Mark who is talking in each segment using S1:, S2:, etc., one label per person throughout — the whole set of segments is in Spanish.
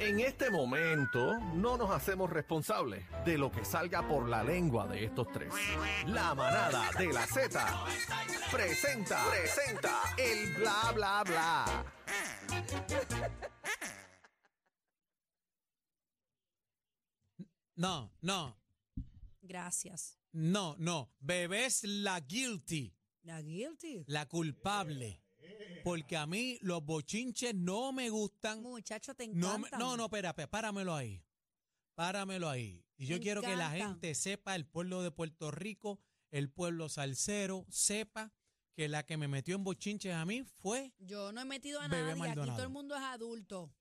S1: En este momento no nos hacemos responsables de lo que salga por la lengua de estos tres. La manada de la Z presenta, presenta el bla bla bla.
S2: No, no,
S3: Gracias.
S2: no, no. Bebé es la guilty,
S3: La guilty.
S2: la culpable. Porque a mí los bochinches no me gustan.
S3: Muchacho, te
S2: No, me-
S3: encanta.
S2: no, no, espera, espera, páramelo ahí. Páramelo ahí. Y yo
S3: Me
S2: quiero que la
S3: encantan.
S2: gente sepa, el pueblo de Puerto Rico, el pueblo salsero, sepa que la que me metió en bochinches a mí fue.
S3: Yo no he metido a
S2: Bebé
S3: nadie. Aquí
S2: Maldonado.
S3: todo el mundo es adulto.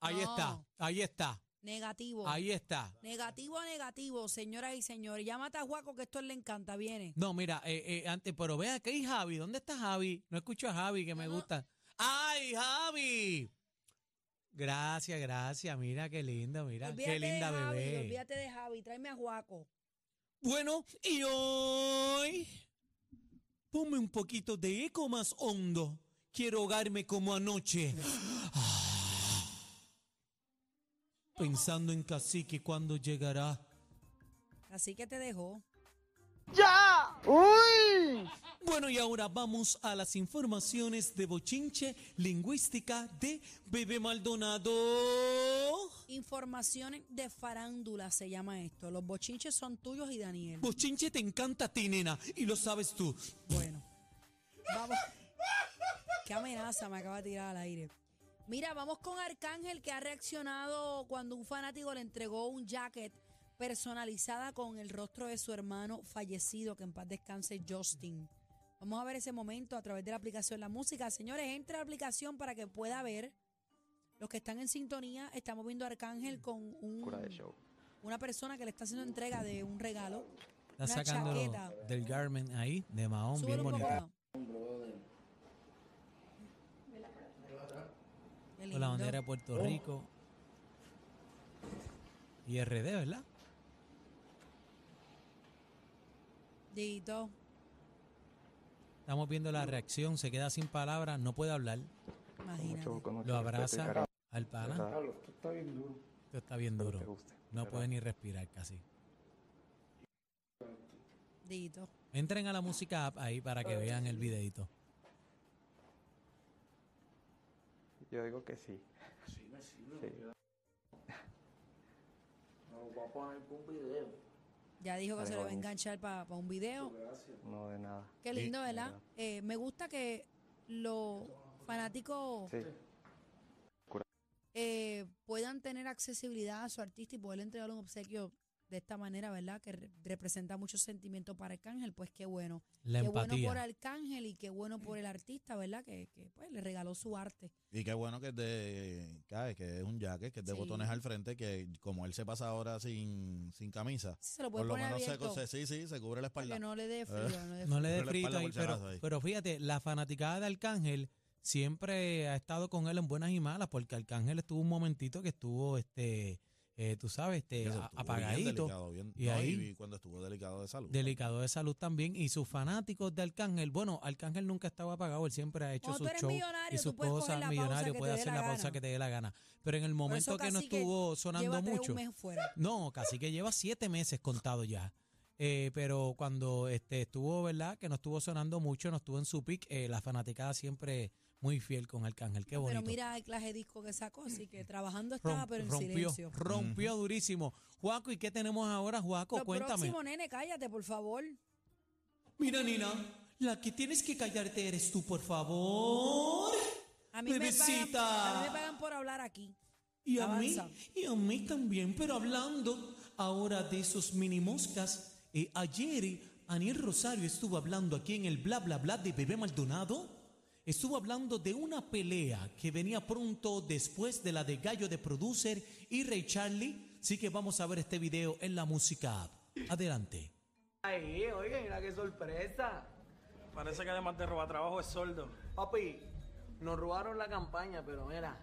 S2: Ahí
S3: No.
S2: está, ahí está,
S3: Negativo.
S2: ahí está.
S3: Negativo, negativo, señoras y señores. Llámate a Juaco que esto le encanta. Viene.
S2: No, mira, eh, eh, antes, pero ve aquí, Javi. ¿Dónde está Javi? No escucho a Javi, que me
S3: No, no.
S2: gusta. ¡Ay, Javi! Gracias, gracias. Mira qué linda, mira. qué linda
S3: de Javi,
S2: bebé.
S3: olvídate de Javi. Tráeme a Juaco.
S2: Bueno, y hoy. Ponme un poquito de eco más hondo. Quiero ahogarme como anoche. Ah. Pensando en cacique cuando llegará.
S3: Así que te dejó.
S2: Bueno, y ahora vamos a las informaciones de Bochinche Lingüística de Bebé Maldonado.
S3: Informaciones de farándula se llama esto. Los bochinches son tuyos y Daniel.
S2: Bochinche te encanta a ti, nena, y lo sabes tú.
S3: Bueno, vamos. Qué amenaza me acaba de tirar al aire. Mira, vamos con Arcángel que ha reaccionado cuando un fanático le entregó un jacket personalizada con el rostro de su hermano fallecido, que en paz descanse Justin. Vamos a ver ese momento a través de la aplicación La Música. Señores, entre a la aplicación para que pueda ver. Los que están en sintonía, estamos viendo a Arcángel con un, una persona que le está haciendo entrega de un regalo.
S2: Está
S3: Una
S2: sacándolo
S3: chaqueta.
S2: del garment ahí, de Mahón,
S3: Súbelo
S2: bien
S3: un poco
S2: bonita.
S3: más. Qué
S2: Con la
S3: lindo.
S2: bandera de Puerto Rico. Y RD, ¿verdad?
S3: Dito.
S2: Estamos viendo la reacción, se queda sin palabras, no puede hablar.
S3: Imagínate.
S2: Lo abraza al pana. Esto está bien duro. No puede ni respirar casi.
S3: Dito.
S2: Entren a la música app ahí para que vean el videito.
S4: Yo digo que sí.
S3: Ya dijo que
S4: Ahí
S3: se lo va a
S4: vamos.
S3: enganchar para un video.
S4: No de nada.
S3: Qué lindo, ¿verdad? Eh, me gusta que los fanáticos
S4: Sí.
S3: eh, puedan tener accesibilidad a su artista y poder entregarle un obsequio de esta manera, ¿verdad? Que re- representa mucho sentimiento para Arcángel. Pues qué bueno.
S2: La
S3: qué bueno por
S2: empatía.
S3: Arcángel y qué bueno por el artista, ¿verdad? Que, que pues, le regaló su arte.
S5: Y qué bueno que te cae, que es un jacket, que es de
S3: Sí.
S5: botones al frente, que como él se pasa ahora sin, sin camisa,
S3: Se lo puede
S5: por lo
S3: poner
S5: menos se,
S3: abierto
S5: se- sí, sí, se cubre la Eh.
S3: para
S5: espalda.
S3: que no le dé frío. no le dé
S2: No le dé
S5: Pero la
S2: frito
S5: espalda
S2: ahí,
S5: por si acaso
S2: pero,
S5: ahí.
S2: pero fíjate, la fanaticada de Arcángel siempre ha estado con él en buenas y malas, porque Arcángel estuvo un momentito que estuvo, este, eh, tú sabes, este,
S5: Que se
S2: a-
S5: estuvo bien
S2: apagadito.
S5: delicado, bien-
S2: Y
S5: no,
S2: ahí-
S5: y cuando estuvo delicado de salud.
S2: Delicado de salud también. Y sus fanáticos de Arcángel, bueno, Arcángel nunca estaba apagado, él siempre ha hecho
S3: Cuando
S2: su
S3: tú eres
S2: show
S3: millonario,
S2: y
S3: tú
S2: sus
S3: puedes coger
S2: cosas,
S3: la pausa
S2: millonario,
S3: que
S2: puede
S3: te dé
S2: hacer
S3: la
S2: la pausa
S3: gana.
S2: que te dé la gana. Pero en el momento que no
S3: Cacique
S2: estuvo sonando
S3: Lleva tres,
S2: mucho,
S3: un mes fuera.
S2: no, casi que lleva siete meses contado ya. Eh, pero cuando este estuvo, ¿verdad? Que no estuvo sonando mucho, no estuvo en su pick, eh, la fanaticada siempre muy fiel con Arcángel. Qué bonito.
S3: Pero mira el clase de disco que sacó, así que trabajando
S2: Rom-
S3: estaba, pero en
S2: rompió,
S3: silencio.
S2: rompió durísimo. Juaco, ¿y qué tenemos ahora, Juaco?
S3: Lo
S2: Cuéntame.
S3: próximo, nene, cállate, por favor.
S2: Mira, nena, la que tienes que callarte eres tú, por favor.
S3: A mí, me pagan,
S2: Bebecita.
S3: a mí me pagan por hablar aquí.
S2: Y a
S3: Avanza.
S2: mí, y a mí también. Pero hablando ahora de esos mini moscas, eh, ayer Aniel Rosario estuvo hablando aquí en el bla bla bla de Bebé Maldonado. Estuvo hablando de una pelea que venía pronto después de la de Gallo de Producer y Ray Charlie Así que vamos a ver este video en la música. app. Adelante.
S6: Ahí, oigan, mira qué sorpresa.
S7: Parece que además de robar trabajo es sordo.
S6: Papi, nos robaron la campaña, pero mira,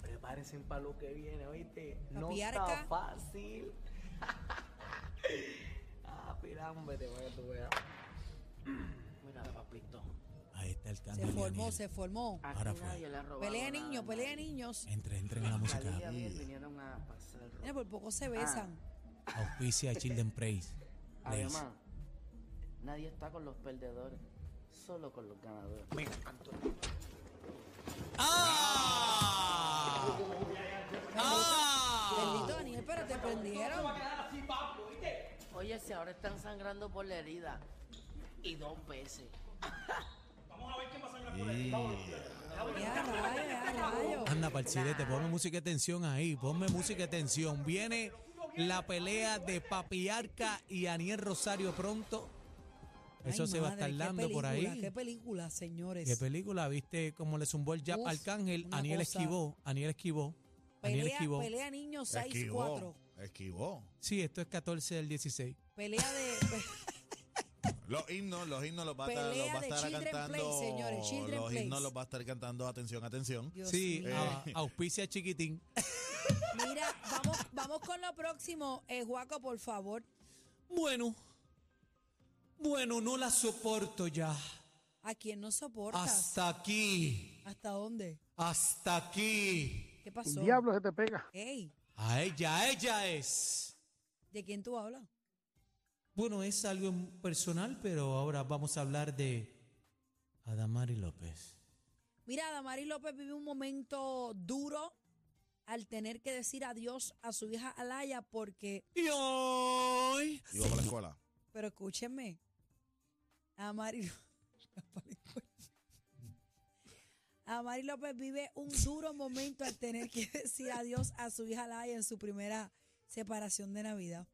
S6: prepárense para lo que viene, oíste. No
S3: Papi,
S6: está
S3: arca.
S6: fácil. ah, pirámbete, para que tú veas. Mira, papito.
S2: Ahí está el canto.
S3: Se
S2: de
S3: formó,
S2: Aniel.
S3: se formó.
S6: Aquí
S2: Ahora fue.
S6: nadie le ha robado
S3: Pelea
S6: nada,
S3: niños, pelea niños.
S2: Entra, entra en la
S6: La
S2: música.
S6: día
S2: app.
S6: bien vinieron a pasar ropa.
S3: Mira, por poco se besan.
S2: Auspicia Children Praise. Place.
S8: Además, nadie está con los perdedores, solo con los ganadores.
S2: Ah.
S3: Bendito Daniel, pero te prendieron.
S8: Oye, si ahora están sangrando por la herida, y dos veces.
S3: Ya, rayo, ya, rayo.
S2: Anda, Parcilete, ponme música de tensión ahí, ponme música de tensión. Viene la pelea de Papiarca y Aniel Rosario pronto. Eso
S3: Ay,
S2: se va a
S3: madre,
S2: estar
S3: qué
S2: dando por ahí.
S3: película, Qué película, señores.
S2: ¿Qué película? ¿Viste cómo le zumbó el jab
S3: Uf,
S2: al Arcángel?
S3: una
S2: Aniel
S3: cosa.
S2: esquivó, Aniel esquivó, Aniel
S3: pelea,
S2: esquivó.
S3: pelea niños 6-4.
S5: Esquivó. Esquivó.
S2: Sí, esto es 14 del 16.
S3: Pelea de. pues,
S5: Los himnos, los himnos los va a estar, los
S3: Pelea
S5: va a
S3: de
S5: estar
S3: Children
S5: cantando.
S3: Play, señores, Children
S5: los
S3: Play.
S5: himnos los va a estar cantando. Atención, atención.
S3: Dios
S2: sí,
S3: mío.
S2: a- auspicia chiquitín.
S3: Mira, vamos, vamos con lo próximo. Eh, Juaco, por favor.
S2: Bueno, bueno, no la soporto ya.
S3: ¿A quién no soportas?
S2: Hasta aquí,
S3: ¿Hasta dónde?
S2: hasta aquí.
S3: ¿Qué pasó? diablo
S4: se te pega.
S3: Ey,
S2: A ella, ella es.
S3: ¿de quién tú hablas?
S2: Bueno, es algo en- personal, pero ahora vamos a hablar de Adamari López.
S3: Mira, Damaris López vive un momento duro al tener que decir adiós a su hija Alaya porque,
S2: Y hoy.
S5: Iba para la escuela.
S3: pero escúchenme, Damaris Amari López vive un duro momento al tener que decir adiós a su hija Alaya en su primera separación de Navidad.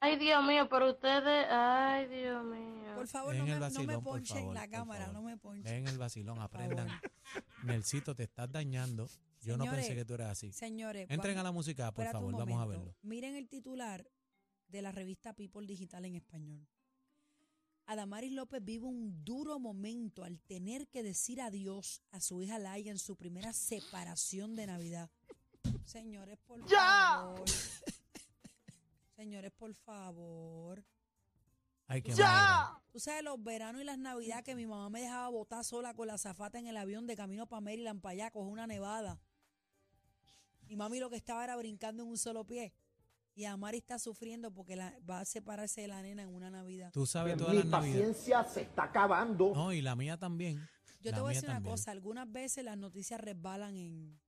S9: Ay, Dios mío, pero ustedes, ay, Dios mío.
S3: Por favor,
S2: Ven
S3: no me,
S2: el
S3: no
S2: vacilón,
S3: me
S2: por
S3: ponchen
S2: favor,
S3: la
S2: por
S3: cámara,
S2: favor.
S3: no me ponchen.
S2: Ven el vacilón,
S3: favor.
S2: aprendan. Nelsito, te estás dañando. Yo no
S3: Señores,
S2: pensé que tú eras así.
S3: Señores,
S2: Entren
S3: vamos-
S2: a la música, por
S3: Espérate un
S2: favor, vamos a
S3: momento.
S2: verlo.
S3: Miren el titular de la revista People Digital en español. Adamaris López vive un duro momento al tener que decir adiós a su hija Laia en su primera separación de Navidad. Señores, por favor. Señores, por favor.
S2: Ay, qué ¡Ya!
S3: Tú sabes los veranos y las navidades que mi mamá me dejaba botar sola con la zafata en el avión de camino para Maryland para allá, coge una nevada. Y mami lo que estaba era brincando en un solo pie. Y Amari está sufriendo porque la- va a separarse de la nena en una Navidad.
S2: Tú sabes todas las navidades.
S8: se está acabando.
S2: No, y la mía también.
S3: Yo
S2: La
S3: te voy a
S2: mía
S3: decir una
S2: también.
S3: cosa, algunas veces las noticias resbalan en,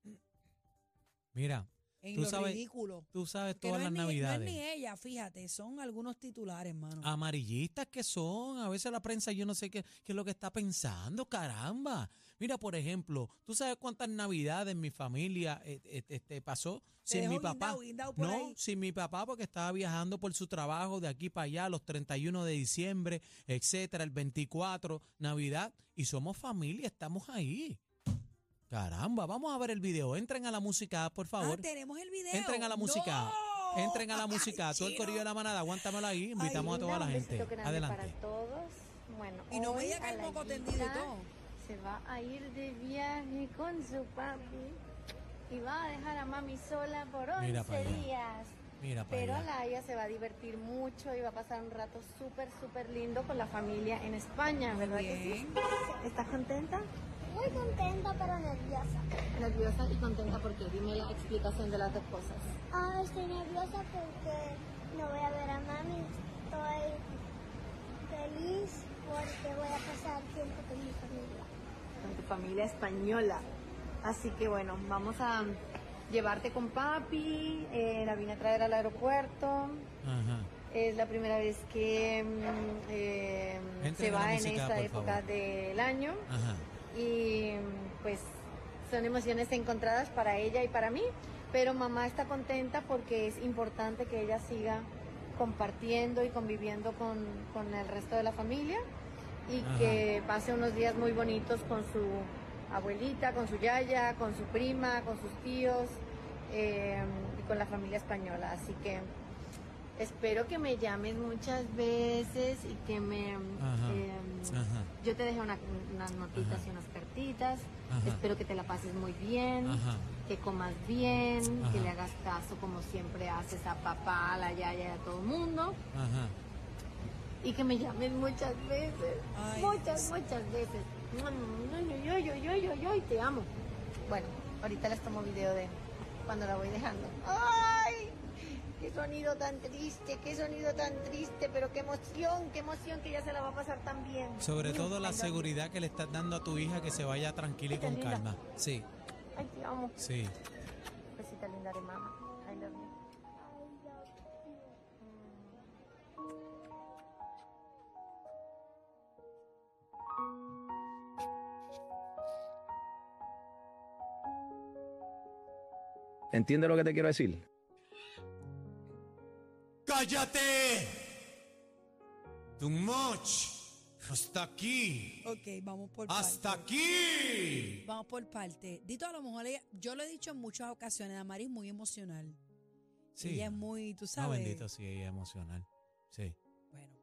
S2: Mira,
S3: en
S2: Tú
S3: lo
S2: sabes
S3: ridículo.
S2: tú sabes
S3: Que no
S2: todas
S3: es,
S2: las
S3: ni, no es
S2: navidades. Ah,
S3: ni ella, fíjate, son algunos titulares, mano.
S2: Amarillistas que son, a veces la prensa yo no sé qué, qué es lo que está pensando, caramba. Mira, por ejemplo, ¿tú sabes cuántas navidades mi familia eh, eh, este, pasó
S3: Te
S2: sin mi
S3: dejó
S2: papá?
S3: guindado, guindado por
S2: No,
S3: ahí.
S2: sin mi papá porque estaba viajando por su trabajo de aquí para allá los 31 de diciembre, etcétera, el 24, Navidad, y somos familia, estamos ahí. Caramba, vamos a ver el video. Entren a la música, por
S3: Ah,
S2: favor.
S3: tenemos el video.
S2: Entren a la música.
S3: ¡No!
S2: Entren a la música.
S3: Ay,
S2: Todo el
S3: chino.
S2: corillo de la manada, aguántamelo ahí. Invitamos a toda la gente. Adelante.
S9: todos. Bueno,
S3: Y no me
S9: hoy
S3: diga que
S9: a
S3: el
S9: la
S3: moco tendido y
S9: guita
S3: todo.
S9: Se va a ir de viaje con su papi y va a dejar a mami sola por
S2: Mira para
S9: 11
S2: allá.
S9: días.
S2: Mira para
S9: Pero
S2: allá.
S9: Laia se va a divertir mucho y va a pasar un rato súper, súper lindo con la familia en España, ¿verdad que sí?
S3: Bien.
S9: ¿Estás contenta? Muy contenta, pero nerviosa. Nerviosa y contenta porque dime la explicación de las dos cosas. Ah, estoy nerviosa porque no voy a ver a mami. Estoy feliz porque voy a pasar tiempo con mi familia. Con tu familia española. Así que bueno, vamos a llevarte con papi. eh, la vine a traer al aeropuerto.
S2: Ajá.
S9: Es la primera vez que mm, eh,
S2: Entren
S9: se
S2: a la
S9: va en
S2: música,
S9: esta
S2: por
S9: época
S2: favor.
S9: del año
S2: Ajá.
S9: y pues son emociones encontradas para ella y para mí, pero mamá está contenta porque es importante que ella siga compartiendo y conviviendo con, con el resto de la familia y
S2: Ajá.
S9: que pase unos días muy bonitos con su abuelita, con su yaya, con su prima, con sus tíos eh, y con la familia española. Así que espero que me llames muchas veces y que me...
S10: Ajá,
S9: eh,
S10: ajá.
S9: Yo te dejé una- unas notitas y unas cartitas.
S10: Ajá.
S9: Espero que te la pases muy bien,
S10: Ajá.
S9: que comas bien,
S10: Ajá.
S9: que le hagas caso como siempre haces a papá, a la yaya y a todo el mundo.
S11: Ajá.
S9: Y que me llamen muchas veces. muchas, muchas veces. Yo, yo, yo, yo, yo, y te amo. Bueno, ahorita les tomo video de cuando la voy dejando. ¡Ay! ¡Qué sonido tan triste! ¡Qué sonido tan triste! Pero qué emoción, qué emoción que ya se la va a pasar tan bien.
S2: Sobre todo la
S9: Ay, Dios mío.
S2: seguridad que le estás dando a tu hija que se vaya tranquila y
S9: Ay, qué
S2: con
S9: linda.
S2: calma. Sí,
S9: Ay, te amo.
S2: sí.
S9: Besita linda de mamá. I love you.
S12: ¿Entiendes lo que te quiero decir?
S2: ¡Cállate! Too much. Hasta aquí.
S3: Ok, vamos por
S2: Hasta aquí.
S3: Vamos por parte. Dito, a lo mejor ella- yo lo he dicho en muchas ocasiones, Amari es muy emocional.
S2: Sí.
S3: Ella es muy, tú
S2: No,
S3: sabes.
S2: bendito, sí, ella es emocional. Sí.
S3: Bueno.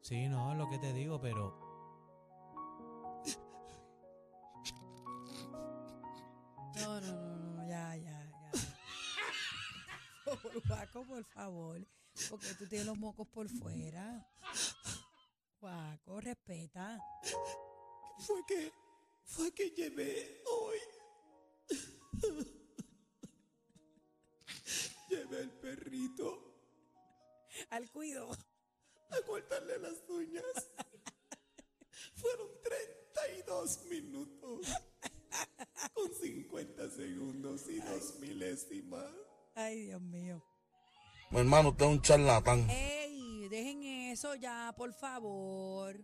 S2: Sí, no, es lo que te digo, pero.
S3: No, no, no, no, ya, ya, ya. Por Guaco, por favor. Porque tú tienes los mocos por fuera. Guaco, respeta.
S2: Fue que. Fue que llevé hoy. llevé el perrito.
S3: Al cuido.
S2: a cortarle las uñas. Fueron 32 minutos con 50 segundos y dos milésimas.
S3: Ay, Dios mío.
S5: Mi hermano, usted es un charlatán.
S3: Ey, dejen eso ya, por favor.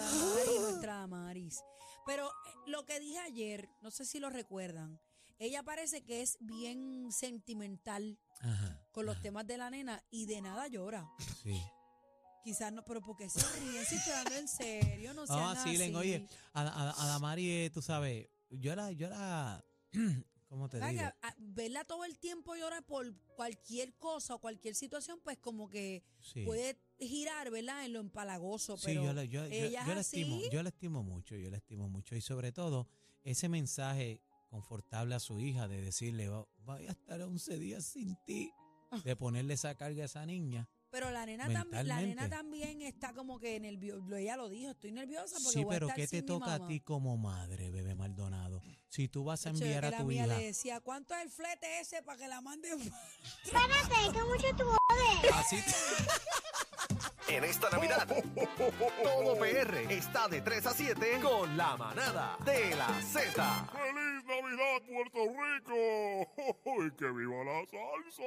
S3: Damaris, nuestra Damaris. Pero eh, lo que dije ayer, no sé si lo recuerdan, ella parece que es bien sentimental
S2: Ajá. Ah,
S3: con los temas de la nena y de nada llora.
S2: Sí.
S3: Quizás no, pero porque se ríen si estoy hablando en serio, no sean
S2: Ah, sí, Len,
S3: así.
S2: oye, a, a, a Damari, eh, tú sabes, yo era, yo era, ¿cómo te
S3: ¿Sabes
S2: digo?
S3: que a- verla todo el tiempo llorar por cualquier cosa o cualquier situación, pues como que
S2: Sí.
S3: puede girar, ¿verdad? En lo empalagoso,
S2: Sí,
S3: pero
S2: yo la, yo, yo-
S3: ella
S2: yo
S3: es
S2: la
S3: así.
S2: estimo, yo la estimo mucho, yo la estimo mucho. Y sobre todo, ese mensaje confortable a su hija de decirle, "Va- voy a estar 11 días sin ti, de ponerle esa carga a esa niña.
S3: Pero la nena, también, la nena
S2: Mentalmente.
S3: también está como que nerviosa. Ella lo dijo, estoy nerviosa porque
S2: Sí,
S3: voy
S2: pero
S3: a estar
S2: ¿qué te
S3: sin mi
S2: toca a
S3: mamá.
S2: ti como madre, bebé Maldonado? Si tú vas a
S3: Che,
S2: enviar
S3: que
S2: a
S3: la
S2: tu
S3: mía
S2: hija...
S3: le decía, ¿cuánto es el flete ese para que la mande?
S10: Espérate, que mucho tu
S2: Así
S1: En esta Navidad, todo PR está de 3 a 7 con la manada de la Z.
S13: ¡Feliz Navidad, Puerto Rico! ¡Y que viva la salsa!